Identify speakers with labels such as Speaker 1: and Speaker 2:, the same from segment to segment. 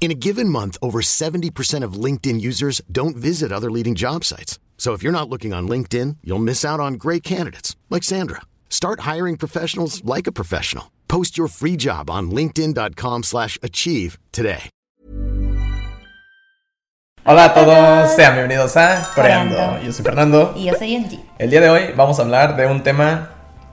Speaker 1: In a given month, over 70% of LinkedIn users don't visit other leading job sites. So if you're not looking on LinkedIn, you'll miss out on great candidates like Sandra. Start hiring professionals like a professional. Post your free job on linkedin.com/achieve slash achieve today.
Speaker 2: Hola a todos, sean bienvenidos a Coreando.
Speaker 3: Coreando.
Speaker 2: Yo soy Fernando.
Speaker 3: Y yo soy Angie.
Speaker 2: El día de hoy vamos a hablar de un tema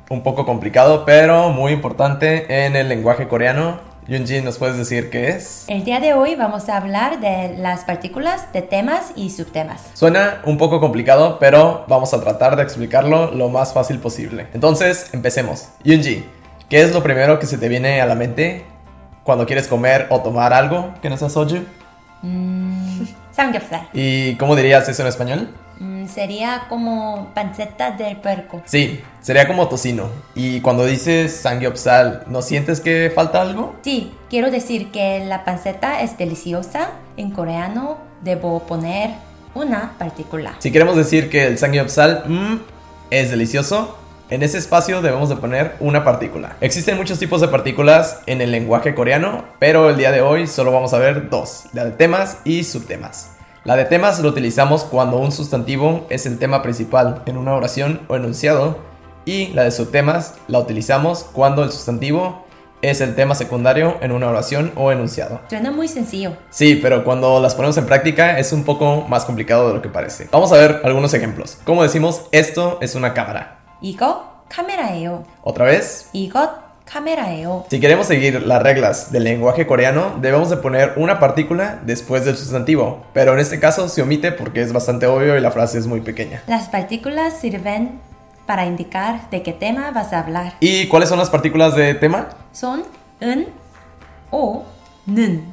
Speaker 2: un poco complicado, pero muy importante en el lenguaje coreano. Yunji, ¿nos puedes decir qué es?
Speaker 3: El día de hoy vamos a hablar de las partículas de temas y subtemas.
Speaker 2: Suena un poco complicado, pero vamos a tratar de explicarlo lo más fácil posible. Entonces, empecemos. Yunji, ¿qué es lo primero que se te viene a la mente cuando quieres comer o tomar algo que no sea soju?
Speaker 3: Samgyeopsal.
Speaker 2: ¿Y cómo dirías eso en español?
Speaker 3: Mm, sería como panceta del puerco.
Speaker 2: Sí, sería como tocino. Y cuando dices sangueopsal, ¿no sientes que falta algo?
Speaker 3: Sí, quiero decir que la panceta es deliciosa. En coreano debo poner una partícula.
Speaker 2: Si queremos decir que el sangueopsal mm, es delicioso, en ese espacio debemos de poner una partícula. Existen muchos tipos de partículas en el lenguaje coreano, pero el día de hoy solo vamos a ver dos, la de temas y subtemas. La de temas lo utilizamos cuando un sustantivo es el tema principal en una oración o enunciado y la de subtemas la utilizamos cuando el sustantivo es el tema secundario en una oración o enunciado.
Speaker 3: Suena muy sencillo.
Speaker 2: Sí, pero cuando las ponemos en práctica es un poco más complicado de lo que parece. Vamos a ver algunos ejemplos. Como decimos, esto es una cámara.
Speaker 3: 이거 카메라예요.
Speaker 2: Otra vez.
Speaker 3: 이것 카메라예요.
Speaker 2: Si queremos seguir las reglas del lenguaje coreano, debemos de poner una partícula después del sustantivo, pero en este caso se omite porque es bastante obvio y la frase es muy pequeña.
Speaker 3: Las partículas sirven para indicar de qué tema vas a hablar.
Speaker 2: ¿Y cuáles son las partículas de tema?
Speaker 3: Son un o nun.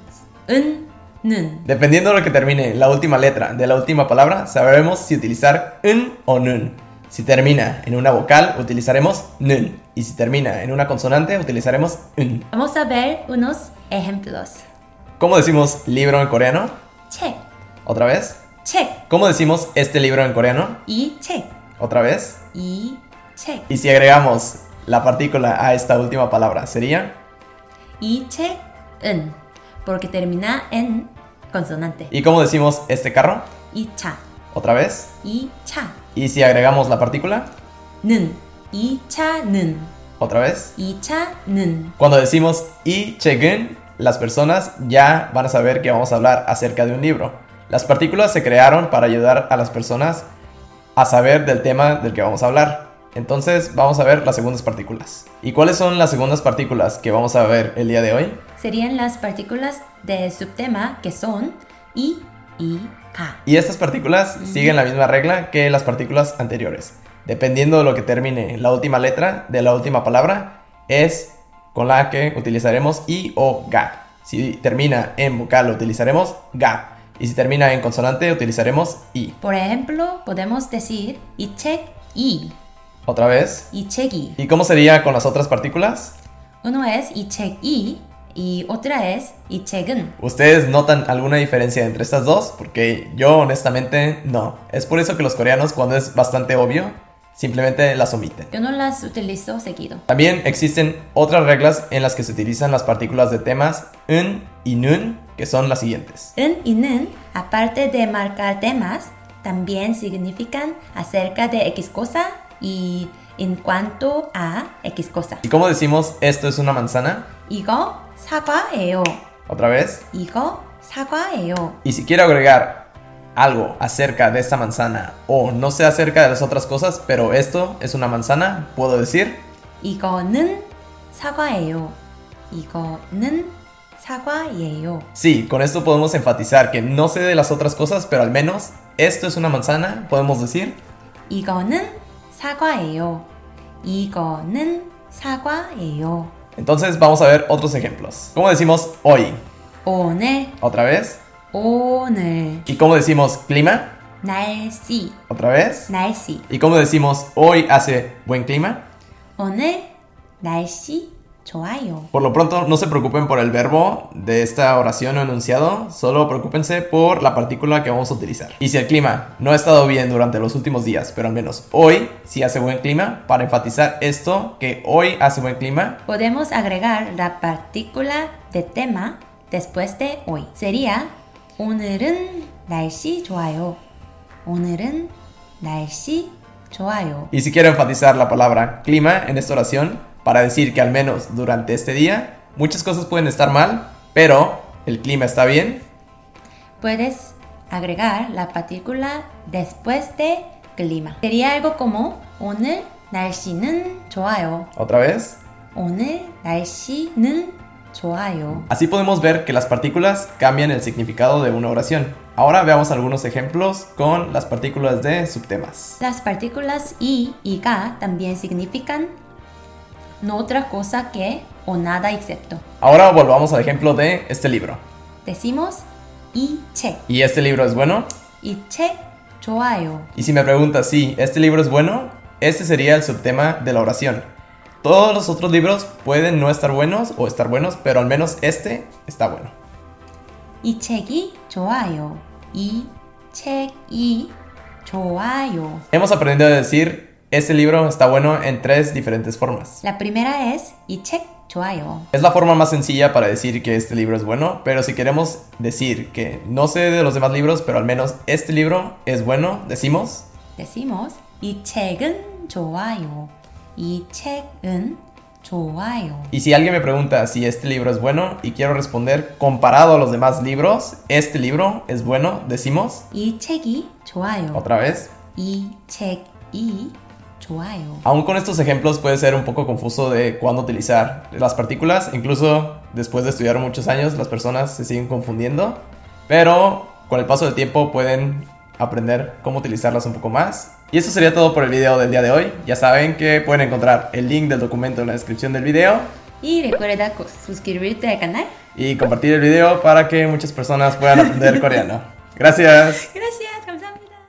Speaker 3: Un, nun.
Speaker 2: Dependiendo de lo que termine la última letra de la última palabra, sabremos si utilizar un o nun. Si termina en una vocal, utilizaremos nun. Y si termina en una consonante, utilizaremos un.
Speaker 3: Vamos a ver unos ejemplos.
Speaker 2: ¿Cómo decimos libro en coreano?
Speaker 3: Check,
Speaker 2: Otra vez.
Speaker 3: check
Speaker 2: ¿Cómo decimos este libro en coreano?
Speaker 3: y check
Speaker 2: Otra vez.
Speaker 3: y check
Speaker 2: Y si agregamos la partícula a esta última palabra, sería.
Speaker 3: y check un porque termina en consonante.
Speaker 2: ¿Y cómo decimos este carro?
Speaker 3: Y cha
Speaker 2: Otra vez.
Speaker 3: y cha
Speaker 2: Y si agregamos la partícula,
Speaker 3: nun y cha nun
Speaker 2: otra vez.
Speaker 3: y cha nun.
Speaker 2: Cuando decimos y chegun, las personas ya van a saber que vamos a hablar acerca de un libro. Las partículas se crearon para ayudar a las personas a saber del tema del que vamos a hablar. Entonces vamos a ver las segundas partículas. ¿Y cuáles son las segundas partículas que vamos a ver el día de hoy?
Speaker 3: Serían las partículas de subtema que son i y ka.
Speaker 2: Y estas partículas siguen la misma regla que las partículas anteriores. Dependiendo de lo que termine la última letra de la última palabra, es con la que utilizaremos i o ga. Si termina en vocal, utilizaremos ga. Y si termina en consonante, utilizaremos i.
Speaker 3: Por ejemplo, podemos decir y check i
Speaker 2: Otra vez.
Speaker 3: y check i.
Speaker 2: ¿Y cómo sería con las otras partículas?
Speaker 3: Uno es y check i y otra es y check un.
Speaker 2: ¿Ustedes notan alguna diferencia entre estas dos? Porque yo honestamente no. Es por eso que los coreanos cuando es bastante obvio, simplemente las omiten.
Speaker 3: Yo no las utilizo seguido.
Speaker 2: También existen otras reglas en las que se utilizan las partículas de temas un y nun, que son las siguientes.
Speaker 3: Un y nun, aparte de marcar temas, también significan acerca de X cosa y en cuanto a X cosa.
Speaker 2: ¿Y cómo decimos esto es una manzana?
Speaker 3: 이거 사과예요.
Speaker 2: Otra vez.
Speaker 3: 이거 사과예요.
Speaker 2: Y si quiero agregar algo acerca de esta manzana o no sé acerca de las otras cosas, pero esto es una manzana, puedo decir
Speaker 3: 이거는 사과예요. 이거는 사과예요.
Speaker 2: Sí, con esto podemos enfatizar que no sé de las otras cosas, pero al menos esto es una manzana, podemos decir
Speaker 3: 이거는 사과예요. 이거는 사과예요.
Speaker 2: Entonces vamos a ver otros ejemplos. ¿Cómo decimos hoy?
Speaker 3: 오늘
Speaker 2: Otra vez.
Speaker 3: 오늘
Speaker 2: ¿Y cómo decimos clima?
Speaker 3: 날씨
Speaker 2: ¿Otra vez?
Speaker 3: 날씨
Speaker 2: ¿Y cómo decimos hoy hace buen clima?
Speaker 3: 오늘 날씨 좋아요.
Speaker 2: Por lo pronto, no se preocupen por el verbo de esta oración o enunciado, solo preocúpense por la partícula que vamos a utilizar. Y si el clima no ha estado bien durante los últimos días, pero al menos hoy sí hace buen clima, para enfatizar esto, que hoy hace buen clima,
Speaker 3: Podemos agregar la partícula de tema después de hoy. Sería 오늘은 날씨 좋아요. 오늘은 날씨 좋아요.
Speaker 2: Y si quiero enfatizar la palabra clima en esta oración para decir que al menos durante este día muchas cosas pueden estar mal, pero el clima está bien.
Speaker 3: Puedes agregar la partícula después de clima. Sería algo como 오늘 날씨는 좋아요.
Speaker 2: Otra vez.
Speaker 3: 오늘 날씨는 좋아요.
Speaker 2: Así podemos ver que las partículas cambian el significado de una oración. Ahora veamos algunos ejemplos con las partículas de subtemas.
Speaker 3: Las partículas y y ga también significan no otra cosa que o nada excepto.
Speaker 2: Ahora volvamos al ejemplo de este libro.
Speaker 3: Decimos 이 책,
Speaker 2: ¿Y este libro es bueno?
Speaker 3: 이 책 좋아요.
Speaker 2: Y si me preguntas si este libro es bueno, este sería el subtema de la oración. Todos los otros libros pueden no estar buenos o estar buenos, pero al menos este está bueno.
Speaker 3: 이 책이 좋아요. 이 책이 좋아요.
Speaker 2: Hemos aprendido a decir este libro está bueno en tres diferentes formas.
Speaker 3: La primera es 이 책 좋아요.
Speaker 2: Es la forma más sencilla para decir que este libro es bueno, pero si queremos decir que no sé de los demás libros, pero al menos este libro es bueno, decimos
Speaker 3: Decimos 이 책은 좋아요. 이 책은 좋아요.
Speaker 2: Y si alguien me pregunta si este libro es bueno y quiero responder comparado a los demás libros, este libro es bueno, decimos
Speaker 3: 이 책이 좋아요.
Speaker 2: otra vez.
Speaker 3: 이 책이 좋아요.
Speaker 2: Aún con estos ejemplos puede ser un poco confuso de cuándo utilizar las partículas, incluso después de estudiar muchos años las personas se siguen confundiendo, pero con el paso del tiempo pueden aprender cómo utilizarlas un poco más. Y eso sería todo por el video del día de hoy. Ya saben que pueden encontrar el link del documento en la descripción del video
Speaker 3: Y recuerda co- suscribirte al canal.
Speaker 2: y compartir el video para que muchas personas puedan aprender coreano. Gracias.
Speaker 3: Gracias, 감사합니다.